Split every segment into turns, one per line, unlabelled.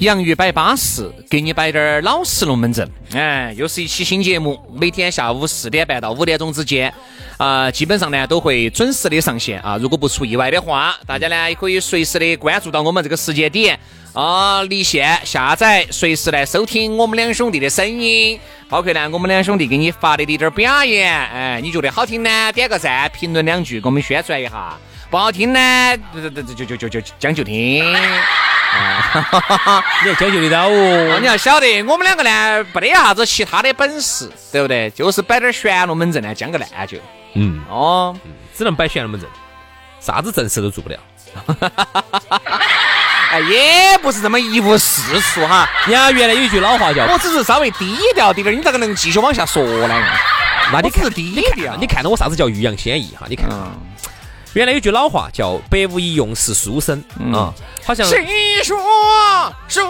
洋芋摆巴适，给你摆点儿老实龙门阵。哎，又是一期新节目，每天下午四点半到五点钟之间，啊、基本上呢都会准时的上线啊。如果不出意外的话，大家呢也可以随时的关注到我们这个时间点啊，离线下载，随时来收听我们两兄弟的声音。包括呢，我们两兄弟给你发的滴点儿表演，哎，你觉得好听呢？点个赞，评论两句，给我们宣传一下。不好听呢，这这这就就就就将就听。
你要将就得到哦。
哦，你要晓得，我们两个呢，没得啥子其他的本事，对不对？就是摆点玄龙门阵呢，将个烂就。嗯。哦，
只能摆悬龙门阵，啥子正事都做不了。
哎，也不是这么一无是处哈。
人家原来有一句老话叫
我只是稍微低调点点，你咋个能继续往下说呢？
那你
我只
看
是低调，
你看到我啥子叫欲扬先抑哈？你看，
嗯
原来有句老话叫“百无一用是书生”啊，好像
谁说书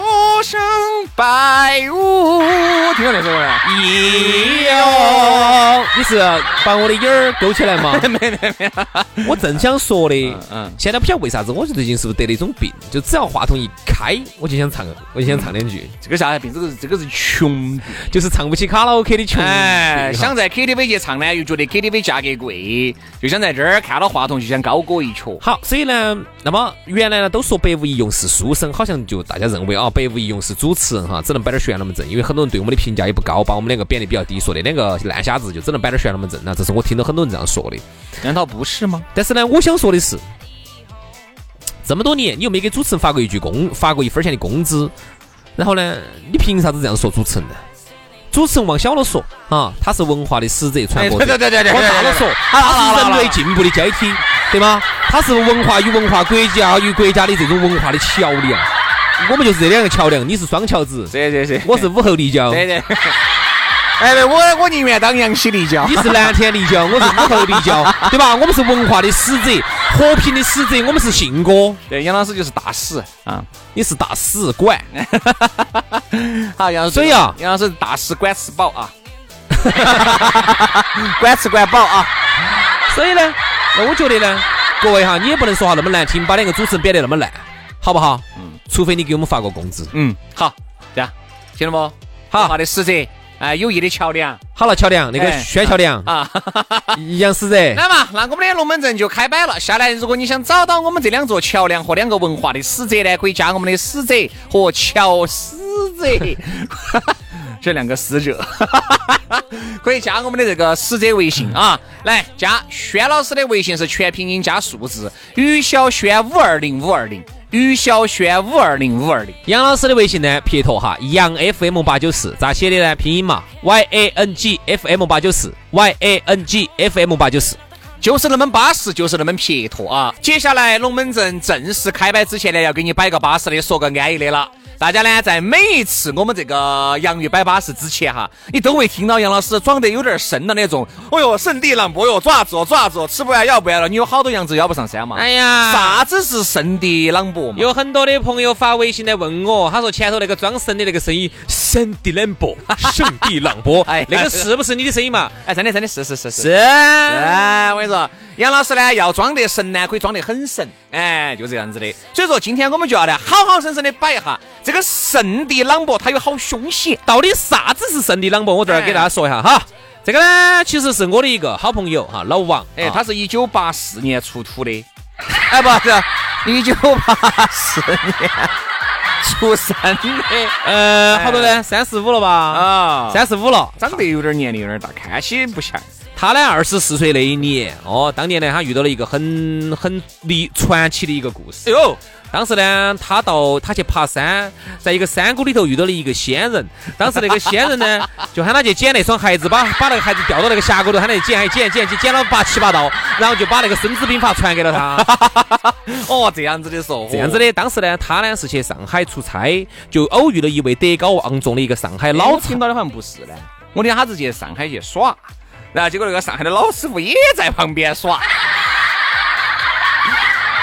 生百无？听过那首歌吗？
一
哦
用。你是把我的眼儿勾起来吗？ 没没没，我正想说的，嗯
嗯，
现在不晓得为啥子，我最近是不是得了一种病？就只要话筒一开，我就想唱，我就想唱两句，
这个啥病？这个是这个是穷病。
就是唱不起卡拉 OK 的穷病
哎，
哈
想在 KTV 去唱呢，又觉得 KTV 价格贵，就想在这儿看到话筒就想高歌一曲。
好，所以呢，那么原来呢都说百无一用是书生，好像就大家认为啊，百无一用是主持人哈，只能摆点悬龙门阵，因为很多人对我们的评价也不高，把我们两个贬得比较低，说那两个烂瞎子就只能摆点悬龙门阵那这是我听到很多人这样说的。
难道不是吗？
但是呢，我想说的是，这么多年你又没给主持人发过一句工，发过一分钱的工资，然后呢，你凭啥子这样说主持人呢？主持人往小了说啊，他是文化的使者、传播者。
哎对对
往大了说，它是人类进步的阶梯，对吗？它是文化与文化、国家与国家的这种文化的桥梁。我们就是这两个桥梁，你是双桥子，
这这这，
我是武侯立交，
对
你
对。哦 哎，对我我宁愿当杨希立交。
是蓝天立交，我是武侯立交，对吧？我们是文化的使者，和平的使者，我们是信哥，
对，杨老师就是大使 啊。
你是大使馆。
好，杨老师，
所以啊
杨老师大使管吃饱啊， 管吃管饱啊。
所以呢，那我觉得呢，各位哈，你也不能说话那么难听，把两个主持人贬得那么烂，好不好？嗯，除非你给我们发过工资。
嗯，好，这样听了不？
好
文化的使者，哎，友谊的桥梁
好了，乔梁，那个
哎
薛乔梁，
啊。
杨使者，
来嘛，那我们的龙门阵就开摆了。下来，如果你想找到我们这两座桥梁和两个文化的使者呢，可以加我们的使者和桥使者， 这两个使者， 可以加我们的这个使者微信啊。来，加轩老师的微信是全拼音加数字，于小轩五二零五二零，于小轩五二零五二零。
杨老师的微信呢，撇头哈，杨 FM 八九四，咋写的呢？拼音嘛，Y A N G F M 八九四，Y A N G F M 八九四。
就是那么巴适，就是那么撇脱啊！接下来龙门阵正式开摆之前呢，要给你摆个巴适的，说个安逸的了。大家呢，在每一次我们这个洋芋摆巴适之前哈，你都会听到杨老师装得有点深的那种。哎哟，圣地朗博哟，爪子哦，爪子哦，吃不完要不完了。你有好多羊子要不上山嘛？
哎呀
啥子是圣地朗博嘛？
有很多的朋友发微信来问我，他说前头那个装神的那 个声音，圣地朗博，圣地朗博，哎
哎，
那个是不是你的声音嘛？
哎，真的真的是是是
是。
哎，我跟你说，杨老师呢要装得神呢，可以装得很神，哎，就这样子的。所以说，今天我们就要来好好生生的摆一下这个圣地朗博，它有好凶险。
到底啥子是圣地朗博？我这儿给大家说一
哎
下哈。这个呢，其实是我的一个好朋友哈，老王。
哎，
啊
它是一九八四 年出土的，哎，不是一九八四年，出生的
呃，好多呢，三十五了吧？
啊，
三十五了。
长得有点年龄有点大，看起不像。
他呢，二十四岁那一年，哦，当年呢，他遇到了一个很很离传奇的一个故事。
哎呦，
当时呢，他到他去爬山，在一个山谷里头遇到了一个仙人。当时那个仙 人呢，就喊他去捡那双鞋子，把把那个鞋子掉到那个峡谷头，喊他去捡，还哎捡捡捡捡了八七八道，然后就把那个《孙子兵法》传给了他。
哦，这样子的说，
这样子
的，
的，当时呢，他呢是去上海出差，就偶遇了一位德高望重的一个上海老
老
茶
听到的好像不是呢。我那哈子去上海去耍，然后结果那个上海的老师傅也在旁边耍。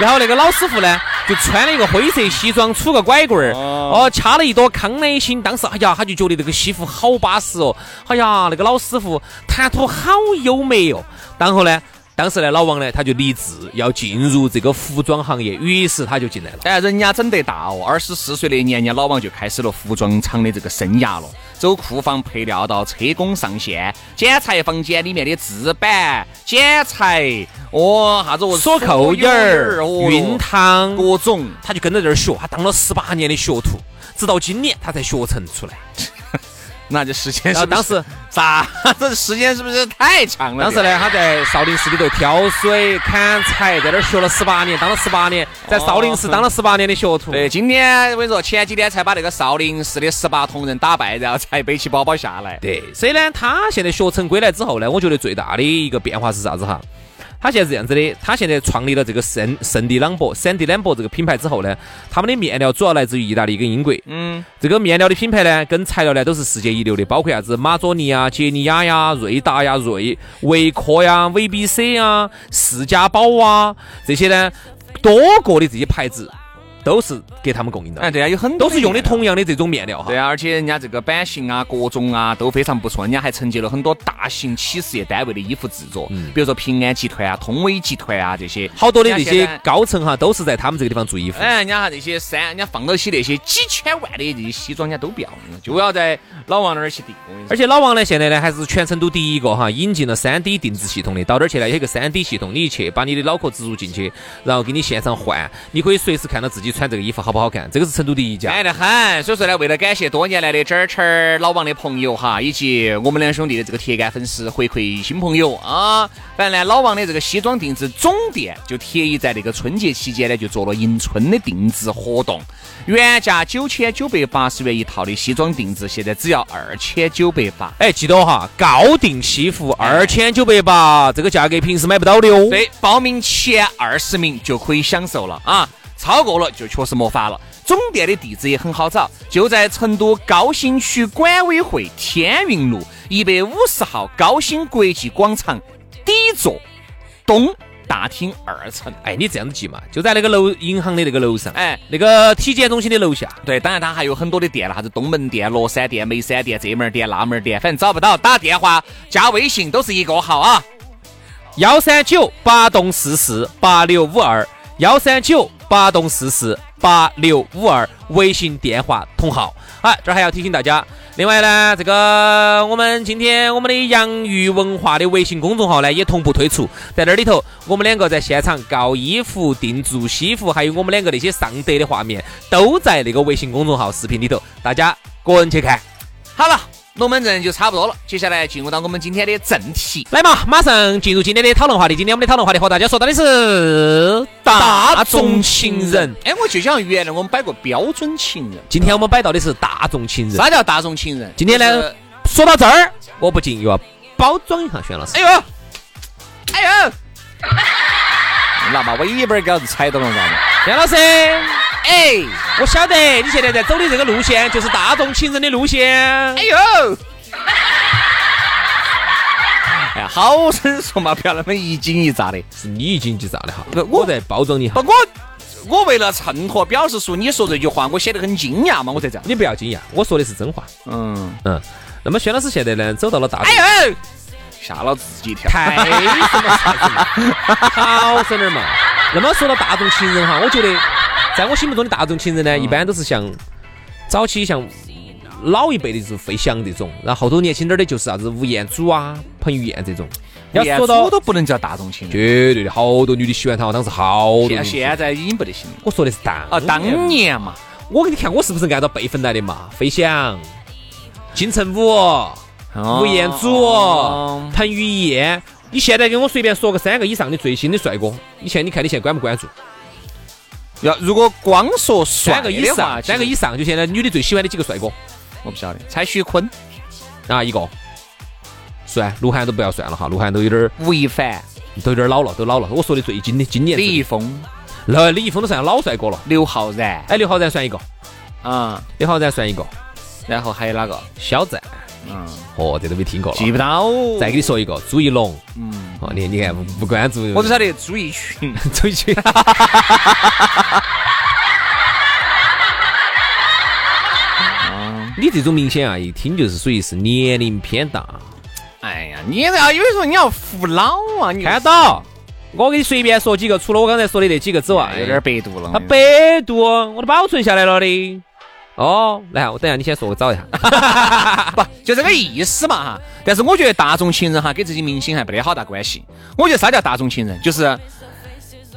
然后那个老师傅呢，就穿了一个灰色西装，杵个拐棍儿，
哦
哦，掐了一朵康乃馨。当时，哎呀，他就觉得这个西服好巴适哦，哎呀，那个老师傅谈吐好优美哦。然后呢，当时呢，老王呢，他就立志要进入这个服装行业，于是他就进来了。
哎，人家整得大哦，二十四岁那年，人家老王就开始了服装厂的这个生涯了，走库房配料到车工上线，剪裁房间里面的制板、剪裁，哦，啥子哦，
锁扣眼儿、
烫
熨烫，
各种，
他就跟着这儿学，他当了十八年的学徒，直到今年他才学成出来。
那这时间
然
是
后
不
当
是
时。
啥？这时间是不是太长了？
当时呢，他在少林寺里头挑水、砍柴，在那儿学了十八年，当了十八年，
哦
在少林寺当了十八年的学徒。
对，今天我跟你说，前几天才把那个少林寺的十八铜人打败，然后才背起包包下来。
对，所以呢，他现在学成归来之后呢，我觉得最大的一个变化是啥子哈？他现在是这样子的，他现在创立了这个圣圣地朗博、圣地朗博这个品牌之后呢，他们的面料主要来自于意大利跟英国。
嗯，
这个面料的品牌呢，跟材料呢都是世界一流的，包括啥子马佐尼啊、杰尼亚呀、瑞达呀、瑞维科呀、VBC 啊、世家宝啊这些呢，多个的这些牌子都是给他们供应的，
哎，对啊，有很多
都是用的
同。
同样的这种面料哈。
对啊，而且人家这个版型啊、各种啊都非常不错，人家还承接了很多大型企事业单位的衣服制作，比如说平安集团啊、通威集团啊这些，
嗯好多的这
人家
些
现在
高层哈，都是在他们这个地方做衣服。
哎，人家那些衫，人家放到起那些几千万的这些西装，人家都不要，就要在老王那儿去订。我跟你说
而且老王呢，现在呢还是全成都第一个哈，引进了 3D 定制系统的。到哪儿去呢？有一个 3D 系统，你一去把你的脑壳植入进去，然后给你现场换，你可以随时看到自己穿这个衣服好不好看。这个是成都第一家。
爱得很，哎所以说呢，为了感谢多年来的这儿这儿老王的朋友哈，以及我们两兄弟的这个铁杆粉丝回馈新朋友啊，反正呢，老王的这个西装定制总店就特意在那个春节期间呢，就做了迎春的定制活动，原价九千九百八十元一套的西装定制，现在只要二千九百八。
哎，记得哈，高定西服
哎
二千九百八，这个价格平时买不到的哦。
对，报名前二十名就可以享受了啊，超过了就确实没法了。总店的地址也很好找，就在成都高新区管委会天云路一百五十号高新国际广场底座东大厅二层。
哎，你这样子记嘛，就在那个楼银行的那个楼上，
哎
那个体检中心的楼下。
对，当然它还有很多的店了，啥子东门店、乐山店、眉山店、这门儿店、那门儿店，反正找不到，打电话加微信都是一个号啊。
幺三九八栋四四八六五二，幺三九八栋四四八六五二，微信电话同号。好，这儿还要提醒大家，另外呢，这个我们今天我们的洋芋文化的微信公众号呢也同步推出，在那里头，我们两个在现场搞衣服、定做西服，还有我们两个那些上德的画面，都在那个微信公众号视频里头，大家个人去看。
好了，龙门阵就差不多了，接下来进入到我们今天的正题。
来嘛，马上进入今天的讨论话题。今天我们的讨论话题和大家说到的是大众情人。。
哎，我就想原来我们摆过标准情人，
今天我们摆到的是大众情人。
啥叫大众情人？
今天
就
呢
是，
说到这儿，我不禁又要包装一下轩老师
哎。呦，哎呦，你拿把尾巴儿给老子踩到了，知道吗？
轩老师，
哎，
我晓得你现在在走的这个路线就是大众情人的路线。
哎呦。哎呀，好生说嘛，不要那么一惊一乍的。
是你已经记炸了哈，
不我
我在包装你
不，
哈，
我我为了衬托表示出你说这句话，我显得很惊讶嘛，我才这样。
你不要惊讶，我说的是真话。
嗯，
嗯，那么轩老师现在呢，走到了大众。
哎呦，吓了自己一跳。
太哎什么啥子嘛，好生点儿嘛。那么说到大众情人哈，我觉得在我心目中的大众情人呢，一般都是像早期像老一辈的就是费翔这种，然后后头年轻点儿的就是啥子吴彦祖啊、彭于晏这种。要
连
说
猪
到
哎都不能叫大众情人，
绝对的，好多女的喜欢他，当时好多女
现
的喜欢。
现在已经不得行了。
我说的是当
啊，当
年
年嘛，
我给你看我是不是按照辈分来的嘛？飞翔、金城武、
哦
吴彦
啊
祖、哦彭于晏，你现在给我随便说个三个以上的最新的帅哥，你现在你看你现在关不关注？
要如果光说帅
三个以
的话
上，三个以，上就现在女的最喜欢的几个帅哥
其实我不晓得。蔡徐坤、
啊，一个。算鹿晗都不要算了哈，鹿晗都有点儿
吴亦凡、
都有点儿老了，都老了。我说的最近的今年
李易
是，
峰、
那李易峰都算老帅哥了。
刘昊然
哎，刘昊然算一个，
啊，
刘昊然算一个，
然后还有哪个？
肖战，
嗯，
哦，这都没听过了。
记不到。
再给你说一个，朱一龙，
嗯，
哦，你你看不不关注，
我只晓得朱一群。
出去。 你这种明显啊，一听就是属于是年龄偏大。
哎呀，你这要有时候你要服老啊，你
看到，我给你随便说几个，除了我刚才说的那几个之外，
哎有点百度了。
啊，百度我都保存下来了的。哦，来，我等一下，你先说，我找一下。
不就这个意思嘛哈。但是我觉得大众情人哈，跟这些明星还没得好大关系。我觉得啥叫大众情人，就是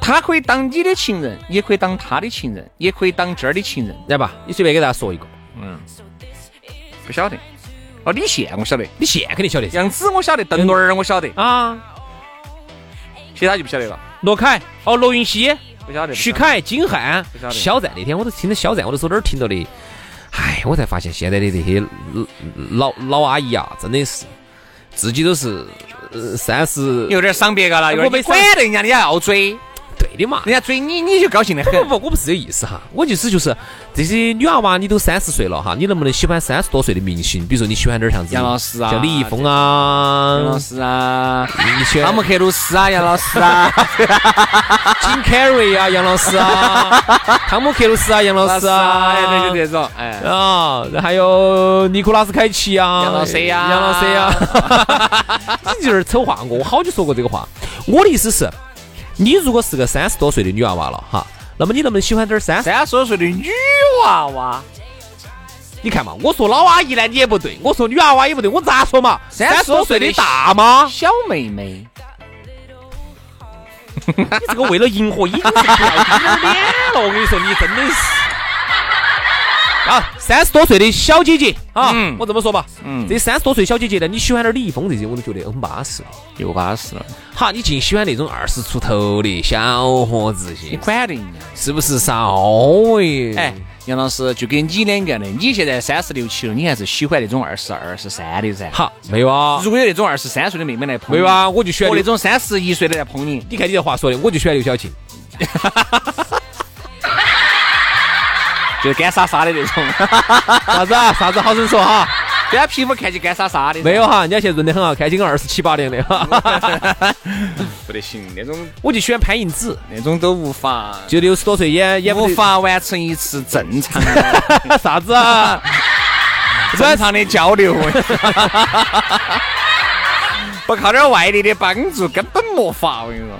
他可以当你的情人，也可以当他的情人，也可以当这儿的情人。
来吧，你随便给大家说一个，
嗯不晓得。哦，李现我晓得，
你现在哎肯定晓得
杨紫我晓得，邓伦儿我晓得，
啊。
其他就不晓得了。
罗凯，哦，罗云熙，
不晓得。
徐，凯、金瀚
不晓、得
肖战，那天我都听到肖战，我都手哪儿听到的。哎，我才发现现在的这些老老阿姨啊，真的是自己都是呃三十，
有点啊伤别个了，有
我
点
没
你管得人家，你还要追，
对的嘛。
人家追你你就高兴得很。
不不不，我不是这个意思哈，我就是就是这些女娃娃，你都三十岁了哈，你能不能喜欢三十多岁的明星？比如说你喜欢点儿像子
杨老师啊
像李易峰
杨老
啊，
师 啊，
你喜
汤
欢
姆克鲁斯啊，杨老师啊，
Jim Carrey 啊，杨老师啊，汤姆克鲁斯啊，杨老师啊，
哎对就这种，哎。
啊，还有尼古拉斯凯奇啊，
杨老师啊呀
杨老师 呀，你就是丑话我，我好久说过这个话。我的意思是，你如果是个三十多岁的女娃娃了哈，那么你能不能喜欢点儿三十？
三十多岁的女娃娃，
你看嘛，我说老阿姨呢，你也不对；我说女娃娃也不对，我咋说嘛？三十多岁的大妈，
小妹妹，
你这个为了迎 合已经是不要脸了。我跟你说，你真的是。啊，三十多岁的小姐姐啊，
嗯
我这么说吧，
嗯
这三十多岁小姐姐呢，你喜欢点儿李易峰这些，我都觉得很巴适。
又巴适了，
好，你净喜欢那种二十出头的小伙子
你
些，
管得人家？
是不是稍微？
哎，，杨老师就跟你两个的，你现在三十六七了，你还是喜欢那种二十二、十三的噻。
好，没有啊，
如果有那种二十三岁的妹妹来捧，
没有啊，，我就喜欢
和那
刘。
种三十一岁的来捧你，
你看你这话说的，我就喜欢刘晓庆。
就干沙沙的那种，
啥子啊？啥子好生说哈？
对她皮肤看起干沙沙的，
没有哈，人家现在润得很好看，今个二十七八年的哈。
不得行，那种
我就喜欢潘迎紫，
那种都无法，
就六十多岁演演
无
不
法完成一次正常的、
得啥子啊？
正常的交流。 不靠点外力的帮助，根本没法。我跟你说，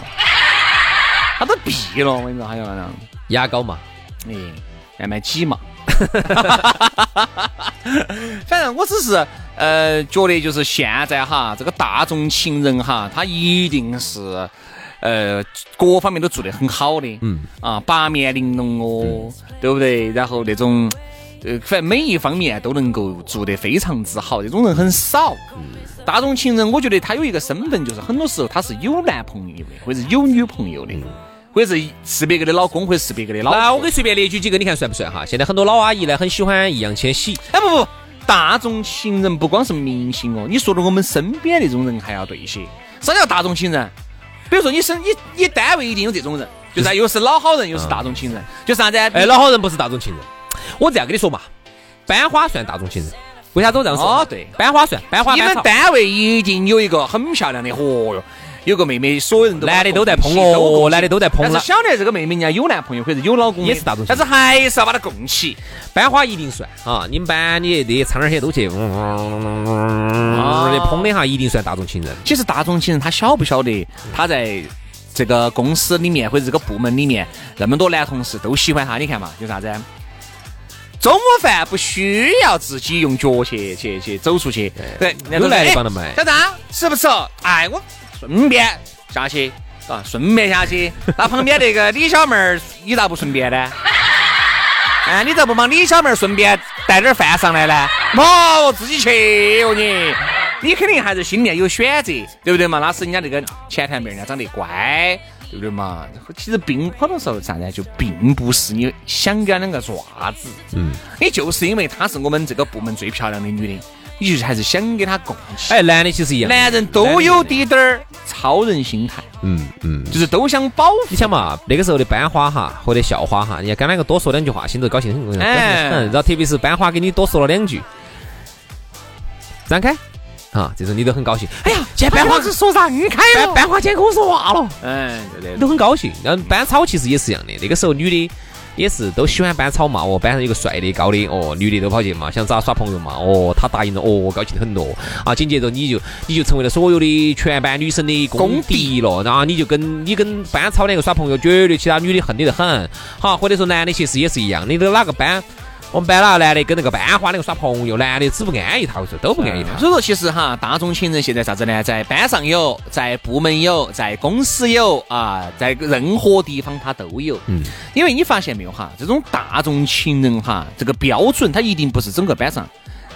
他都闭了。我跟你说，还有那样，
牙膏嘛，
哎，慢慢挤嘛。 反正我只是呃，觉得就是现在哈，这个大众情人哈，他一定是呃各方面都做得很好的，嗯啊，八面玲珑哦，对不对？然后那种呃，反正每一方面都能够做得非常之好，这种人很少。大众情人，我觉得他有一个身份，就是很多时候他是有男朋友的，或者是有女朋友的，或者是是别个的老公，或者是别个的嗯老婆。
那我给你随便列举几个，你看算不算哈？现在很多老阿姨呢，很喜欢易烊千玺。
哎不不，大众情人不光是明星哦，你说的我们身边那种人还要对些。啥叫大众情人？比如说你身你你单位一定有这种人，就是又是老好人又是大众情人，就是啥子？啊
哎，老好人不是大众情人。我这样跟你说嘛，班花算大众情人。为啥子我这样说？
哦对
班花算班花。
你
班
们
草
单位一定有一个很漂亮的，嚯哟，有个妹妹，所有人都
男的都在捧
都拱
哦，
起
男的都在捧
但
了
是。晓得这个妹妹人家有男朋友或者有老公的
也是大众情
但
人
是还是要把她供起。
班花一定算啊！你们班你那些苍蝇些都去，嗡嗡嗡嗡嗡的捧的哈，一定算大众情人。
其实大众情人他晓不晓得他在这个公司里面或者这个部门里面那么多男同事都喜欢他？你看嘛，有啥子？中午饭不需要自己用脚去去去走出去，对，人家
有
都
男的
哎
帮他买
小张吃不吃？哎，我顺便下去啊，顺便下去。那旁边那个李小妹儿，你咋不顺便呢？哎，你咋不帮李小妹儿顺便带点饭上来呢？哦，自己去哟你，你肯定还是心里面有选择，对不对嘛？那是人家那个前台妹儿，人家长得乖，对不对嘛？其实并很多时候啥呢，就并不是你想要两个爪子，嗯，你就是因为她是我们这个部门最漂亮的女的，你就是还是想给她贡献。
哎，男的其实一样，
男人都有滴点儿超人心态，
嗯嗯。
就是都想保护。
你想嘛，那个时候的班花哈，或者校花哈，你要跟那个多说两句话，心头高兴很。
哎
嗯然后特别是班花给你多说了两句，让开啊，这种你都很高兴。哎呀，现在班花
说让开
班班花今天跟我说话了，
嗯，对对
你都很高兴。然后班草其实也是一样的，那个时候女的。也是都喜欢班草嘛，哦，班上有个帅的、高的，哦，女的都跑去嘛，想找他耍朋友嘛，哦，他答应了，哦，高兴得很咯，啊，紧接着你就你就成为了所有的全班女生的公
公
敌了，然后你就跟你跟班草两个耍朋友，绝对其他女的恨你得很，好，或者说男的其实也是一样，你的哪个班，我们班哪个男的跟那个班花两个耍朋友，男的只不安逸他，我说都不安逸他，
所以说，其实哈，大众情人现在啥子呢？在班上有，在部门有，在公司有啊，在任何地方他都有。嗯，因为你发现没有哈，这种大众情人哈，这个标准他一定不是整个班上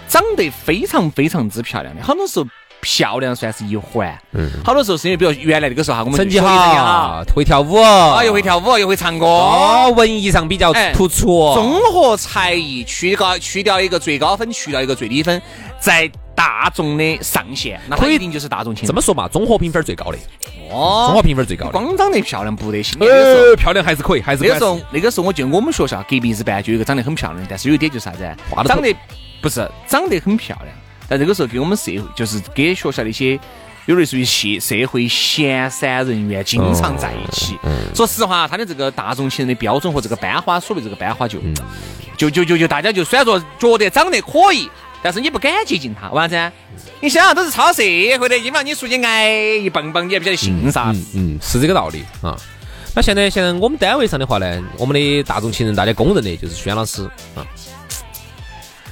长得非常非常之漂亮的，很多时候漂亮算是一环，嗯，好多时候是因为比如原来那个时候哈，我们
成绩
就说一成绩
好，会跳舞，
啊
啊
又会，跳舞又会唱歌，
哦，文艺上比较
哎
突出，哦
综合才艺去高去掉一个最高分，去掉一个最低分，在大众的上限，那他一定就是大众情
这
人。
么说嘛，综合评分最高的，综合
哦，哎
评分最高哎的。
光长得漂亮不得行。那个时候，，
漂亮还是可以，还是
那个时候，那个时候，我记得我们学校隔壁日班就有一个长得很漂亮的，但是有一点就是啥子
画，得
长得不是长得很漂亮，但这个时候给我们社会就是给学校的一些。有类似于社社会闲散人员经常在一起。
嗯
说实话，他的这个大众情人的标准和这个班花，所谓这个班花就
嗯
就就就就大家就虽然说觉得长得可以，但是你不敢接近他，为啥子？啊
嗯
你想想都是超社会的，因为你出去挨一棒棒，你还不晓得姓啥
嗯嗯，是这个道理啊。那现在现在我们单位上的话呢，我们的大众情人，大家公认的就是轩老师啊，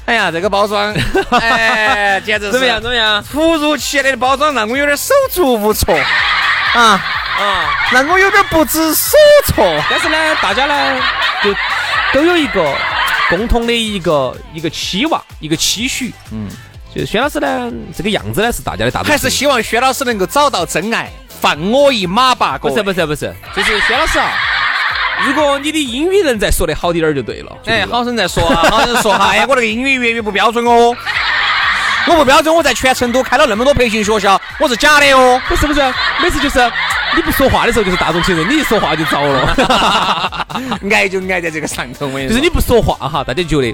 哎呀，这个包装，哎，简直是
怎么样？怎么样？
突如其来的包装让我有点手足无措啊啊，让我有点不知所措。
但是呢，大家呢就都有一个共同的一个一个期望，一个期许，嗯，就轩老师呢这个样子呢是大家的大众
还是
情人
希望薛老师能够找到真爱，放我一马吧，各位
不是不是不是，就是轩老师啊，如果你的英语能再说得好点儿就对了，就对
哎，
了
好生再说 啊，好生说哈。哎呀，我那个英语、粤语不标准哦，我不标准，我在全成都开了那么多培训学校，我是假的哦。
不是不是，啊每次就是你不说话的时候就是大众情人，你一说话就糟了。
挨就挨在这个上头，我跟你
就
说
是你不说话哈，大家觉得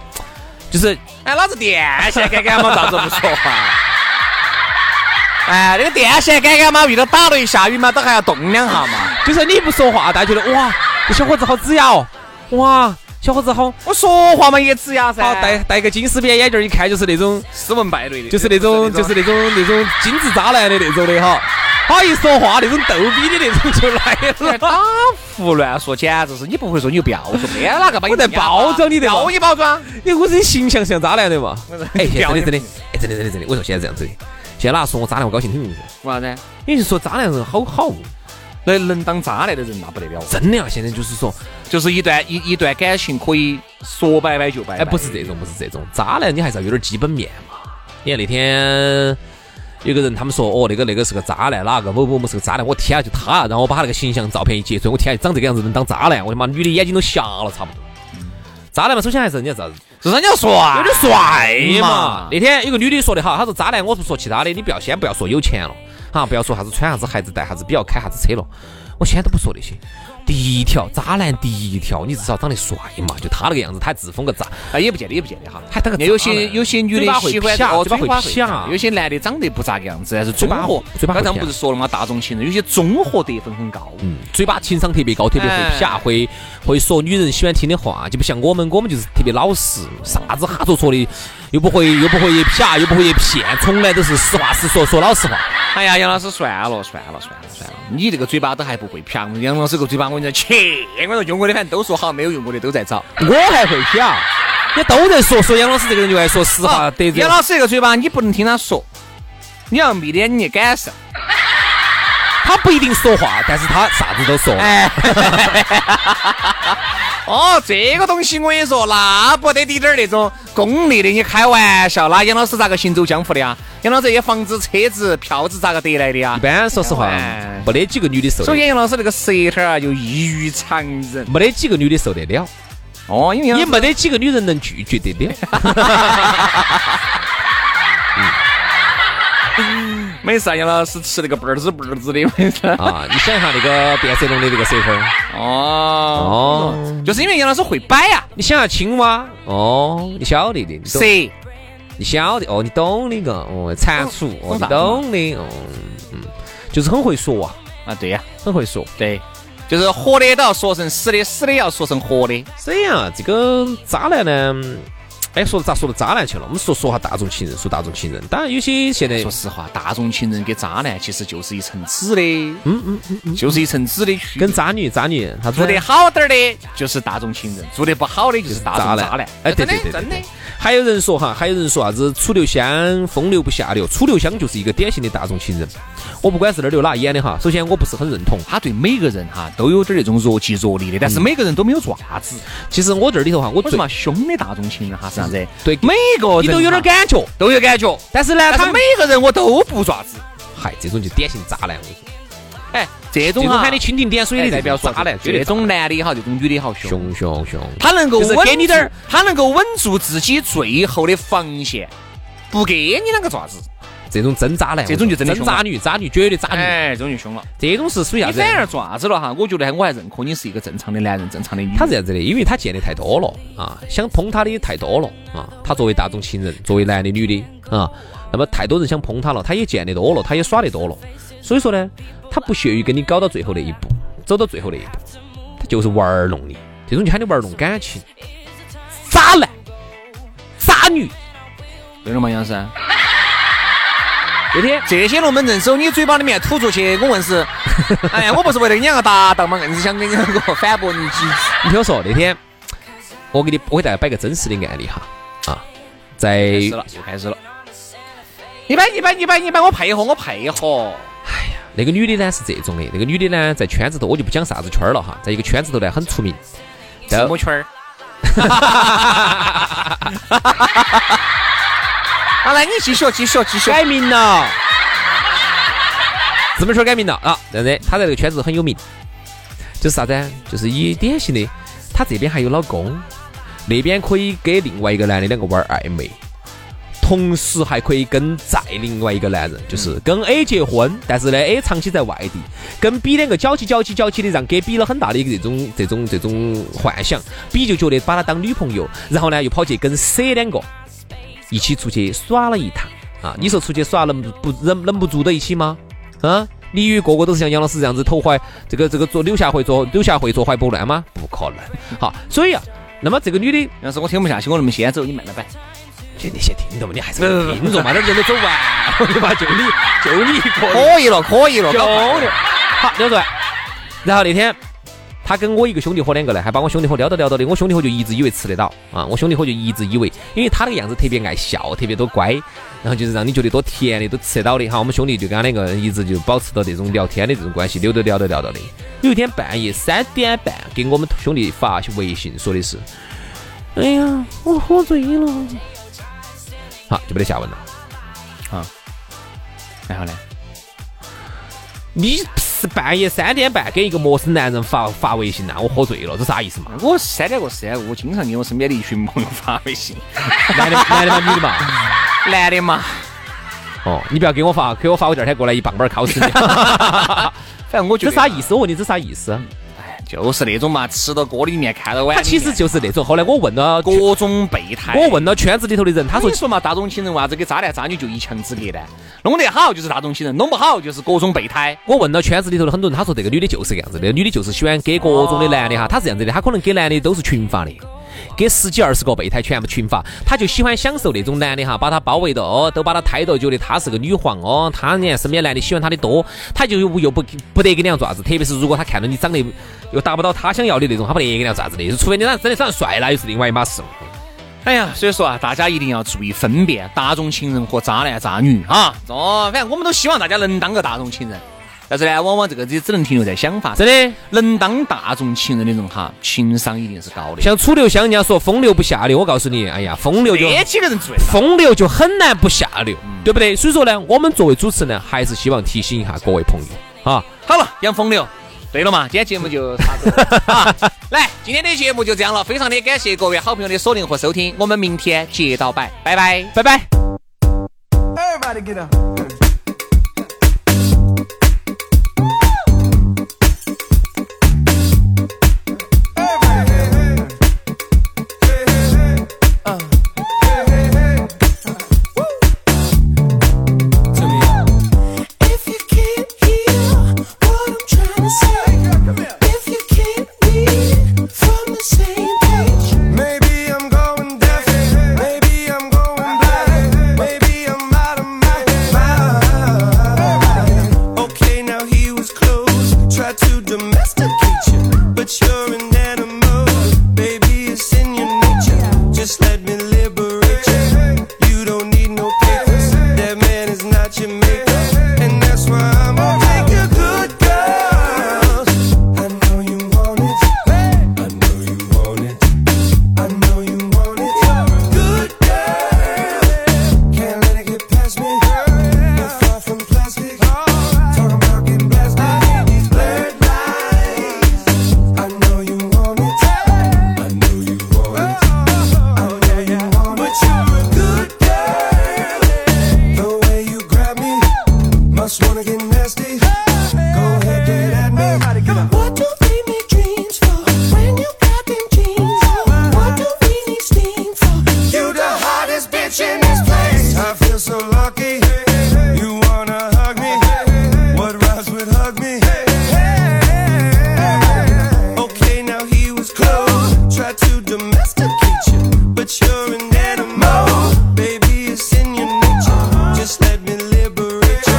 就是
哎，老子电线杆杆嘛，咋子不说话？哎，那个电线杆杆嘛，遇到打雷下雨嘛，都还要动两下嘛。
就是你不说话，大家觉得哇，这小伙子好子牙哦，哇，小伙子好好
我说话嘛也吱呀噻，
戴戴个金丝边眼镜儿，一看就是那种
斯文败类的，
就是那种就是那种那种精致渣男的那种的哈，他一说话那种逗逼的那种就来了。
打胡乱说，简直是你不会说你就不要说，没哪个把你
我在包装你的嘛
要啊你包装。
你我这形象像渣男的嘛？哎，现在真
屌
的真的，哎，真的真的真的，我说现在这样子的，现在哪说我渣男我高兴很。
为啥子？
因为说渣男人好好，
能能当渣男的人那不得了，
真的啊！现在就是说，
就是一段一一段感情可以说掰掰就掰。
哎，不是这种，不是这种，渣男你还是要有点基本面嘛。你看那天有个人他们说，哦，那个那个是个渣男，哪个某某某是个渣男，我天啊，就他，然后我把他那个形象照片一截出来，我天啊，长这个样子能当渣男，我的妈，女的眼睛都瞎了，差不多。渣男嘛，首先还是人家啥子，
就是你要帅，
有点帅嘛
嘛。
那天有个女的说的好，她说渣男，我不说其他的，你不要先不要说有钱了，哈，不要说啥子穿啥子鞋子戴啥子表开啥子车了，我先都不说那些。第一条，渣男第一条，你至少长得帅嘛，就他那个样子，他还自封个渣，
啊，也不见得，也不见 得哈。
还当个
那有
渣
些
男啊
有些女
嘴
的
巴会
喜欢
撇
哦
嘴巴会撇
有些男的长得不咋个样子，但是综合
嘴巴会
刚才我
撇
们不是说了吗？大众情人有些综合得分很高。
嗯，嘴巴情商特别高，特别会撇，
哎
会会说女人喜欢听的话，就不像我们，我们就是特别老实，啥子哈戳戳的，又不会又不会撇，又不会骗，从来都是实话实说，说老实话。
哎呀，杨老师算了算了算了算了，你这个嘴巴都还不会撇，杨老师这个嘴巴我跟你讲，切，我说用过的反正都说好，没有用过的都在找。
我还会撇，也都在说说杨老师这个人就爱说实话，
啊
得罪
杨老师这个嘴巴你不能听他说，你要眯着眼睛感受。
他不一定说话，但是他啥子都说。
哎，哦，这个东西我跟你说，那不得滴点儿那种功利的，你开玩笑，那杨老师咋个行走江湖的呀？杨老师这些房子、车子、票子咋个得来的呀
一？般说实话
哎，
没得几个女的受
所
得
以
了，
杨老师那个舌头啊，就异于常人。
没得几个女的受得了，
哦，因为杨
也
老师
没得几个女人能拒绝得 了。
每次啊杨老师吃那个嘣儿滋嘣儿滋的，每次。
啊，你想一下那个变色龙的那个舌头，
哦，
哦，
就是因为杨老师会摆啊呀、
你想下青蛙，哦，你晓得的，你
舌
懂，你晓得，哦，你懂那个，哦，蟾蜍，
嗯
哦，你懂的，哦，嗯，就是很会说啊，
啊，对呀、
很会说。
对，就是活的都要说成死的，死的要说成活的。
所以啊，这个渣男呢，哎，说咋说到渣男去了？我们说说下大众情人，说大众情人，当然有些现在
说实话，大众情人跟渣男其实就是一层纸的，嗯嗯嗯，就是一层纸的区别
跟。渣女、渣女，他
做得好点儿的，就是大众情人；做得不好的，就是大众
渣
渣
男
男。
哎
真
对
的
对对对
真的
对。还有人说哈，还有人说啥子楚留香风流不下流，楚留香就是一个典型的大众情人。我不管是哪儿流哪演的哈，首先我不是很认同。
他对每个人哈都有点那种若即若离的，
嗯
但是每个人都没有爪子。
其实我这里头哈，我
为什
最
么凶的大众情人哈是啥子？
对
每个人
你哦都有点
哈，
感觉，
都有感觉。
但是呢，
但
他
是每个人我都不爪子。
嗨，这种就典型渣男，我跟你说
哎，这
这
种
种
哈
喊你蜻蜓点水
哎
的
代表
这
说
种渣男，绝对
这种
渣
男的也好，这种女的也好
男
凶。
熊熊熊，
他能够
就是
稳
给你点儿
住，他能够稳住自己最后的防线，不给你两个爪子。
这种真渣男，
这种就真的
真
凶了啊
渣女，渣女绝对渣女，
哎，这种就凶了。
这种是属于啥
你
子？
反而做啥子了哈？我觉得还我还认可你是一个正常的男人，正常的女人。
他是这样子的，因为他见的太多了啊，想捧他的也太多了啊。他作为大众情人，作为男的女的啊，那么太多人想捧他了，他也见得多了，他也耍得多了，所以说呢，他不屑于跟你搞到最后那一步，走到最后那一步，他就是玩弄你，这种就喊你玩弄感情，渣男、渣女。
对了嘛，杨 生，
那天
这些龙门阵手你嘴巴里面吐出去，我问 是，哎呀，我不是为了你两个搭档嘛，硬是想跟你两个反驳你几句。
你听我说，那天我给你，我给大家摆个真实的案例哈啊，在
开始了，又开始了。你摆，你摆，你摆，你摆，我配合，我配合。
那个女的呢是这种的，那个女的呢在圈子头，我就不讲啥子圈儿了哈，在一个圈子头呢很出名，
什么圈儿？ 好来，你继续，继续，继续。
改名了，怎么说改名了啊？但是她在这个圈子很有名，就是啥子啊？就是以典型的，她这边还有老公，那边可以给另外一个男的两个玩儿暧昧，同时还可以跟再另外一个男人，就是跟 A 结婚，但是呢 A 长期在外地，跟 B 两个搅起搅起搅起的，让给 B 了很大的一个这种这种这种幻想，B 就觉得把她当女朋友，然后呢又跑去跟 C 两个一起出去耍了一趟啊！你说出去耍能不忍忍不住到一起吗？啊，你以为个个都是像杨老师这样子投怀这个这个做柳下惠做柳下惠做怀不乱吗？不可能。好，所以啊，那么这个女的，
要是我听不下去，我能不能先走？你慢点摆。
你你先听懂嘛，你还是听懂嘛，点人都走完 了吧？就你就你一个人。
可以了，可以了，
九
搞
六，好，刘主任。然后那天他跟我一个兄弟伙两个呢，还把我兄弟伙撩到撩到的，我兄弟伙就一直以为吃得到啊，我兄弟伙就一直以为，因为他那个样子特别爱笑，特别多乖，然后就是让你觉得多甜的，都吃得到的哈。我们兄弟就跟他两个人一直就保持到这种聊天的这种关系，聊着聊着聊到的。有一天半夜三点半，给我们兄弟发微信说的是：“哎呀，我喝醉了。”好，就没得下文了。
然后呢？
你是半夜三点半给一个陌生男人发发微信呐、我喝醉了，这啥意思嘛？
我三点过四点过，我经常给我身边的一群朋友发微信，
男的男的嘛，女的嘛？
男的嘛，
哦，你不要给我发，给我发，我第二天过来一棒棒敲死你！
反正我觉
这
得
啥意思？我问你，这啥意思？
就是那种嘛，吃到锅里面，看到碗
他
里面。
其实就是那种。后来我问了，我
各种备胎。
问了圈子里头的人，他
他说：“
说
你说嘛，大众情人为啥子跟渣男渣女就一墙之隔呢？弄得好就是大众情人，弄不好就是各种备胎。
我问了圈子里头的很多人，他说这个女的就是这个样子的，女的就是喜欢给各种的男的哈，她是这样子的，她可能给男的都是群发的。给十几二十个备胎全部群发，她就喜欢享受那种男的哈，把她包围到哦，都把她抬到，觉得她是个女皇哦，她呢身边男的喜欢她的多，她就又又不不得给你样爪子，特别是如果她看到你长得又达不到她想要的那种，她不得给你样爪子的，除非你长得真的长得帅，那又是另外一码事。
哎呀，所以说啊，大家一定要注意分辨大众情人和渣男渣女啊。哦，反正我们都希望大家能当个大众情人，但是呢，往往这个也只能停留在想法。
真的。
能当大众情人的人哈，情商一定是高的。
像楚留香，人家说风流不下流，我告诉你，哎呀，风流就
这几个人最大。
风流就很难不下流，对不对？所以说呢，我们作为主持人，还是希望提醒一下各位朋友啊，
好了，养风流。对了嘛，今天节目就差不多了啊。来，今天的节目就这样了，非常的感谢各位好朋友的锁定和收听，我们明天接到拜，拜拜。
拜拜。
Everybody get up. Everybody get up. Hey, hey, hey. Uh. Hey, hey, hey. Woo. To me.
If you can't hear what I'm trying to say, if you can't read from the same page,
Maybe I'm going deaf. Maybe I'm going blind. Maybe I'm out of my mind. Okay, now he was close. Tried to domesticate you, but you're an animal. Baby, it's in your nature. Just let me liberate you. You don't need no papers. That man is not your maker, and that's why I'm a take a good girl. I know you want it. I know you want it. I know you want it. Good girl. Can't let it get past me. We're far from plastic. Talking about getting blasted. These blurred lines. I know you want it. I know you want it. I know you want it. But you're a good girl. The way you grab me must wanna get nasty. Go ahead, get at me. Come on.
what do we make dreams for when you got them dreams? What do we need steam for?
You the hottest bitch in this place. I feel so lucky. You wanna hug me? What rhymes with hug me? Okay, now he was close. Tried to domesticate you, but you're an animal. Baby, it's in your nature. Just let me liberate you.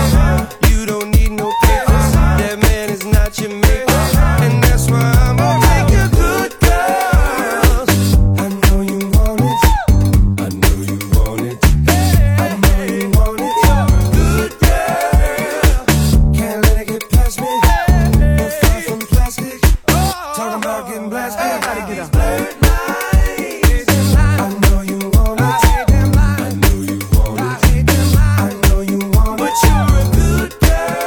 You don't need no papers. That man is not your maker, and that's why I'm a take a good girl. I know you want it. I know you want it. I know you want it. Good girl. Can't let it get past me. We're far from plastic. Talking about getting blasted. Everybody get up. I know you want it. I know you want it. I know you want it. But you're a good girl.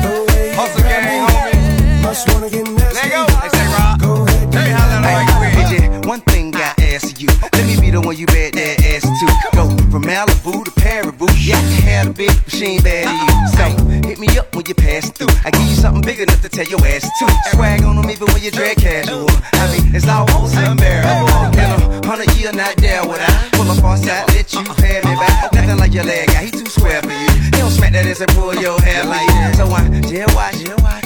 The way you
Hustle
grab
gang,
me, Must wanna get nasty.
Lego, they say rock.
Go ahead,
Let me
get at
holler like
me.
quick. DJ, one thing I ask you. Let me be the one you bet that ass to. Go from Malibu to Paribu. Yeah, I had a big machine bad to you. So hit me up when you pass through. I give you something big enough to tell your ass to. Swag on them even when you drag casual. I mean, it's almost unbearable. In a hundred year not there would I pull up on side, let you pay me back. Nothing like your leg guy, he too square for you. He don't smack that ass and pull your hair like that. So I just watch,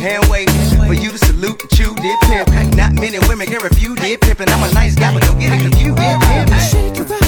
hand wait for you to salute and chew dip pimp. Not many women can refuse dip pimp, and I'm a nice guy, but don't get it confused. Dip pimp.
Shake your body.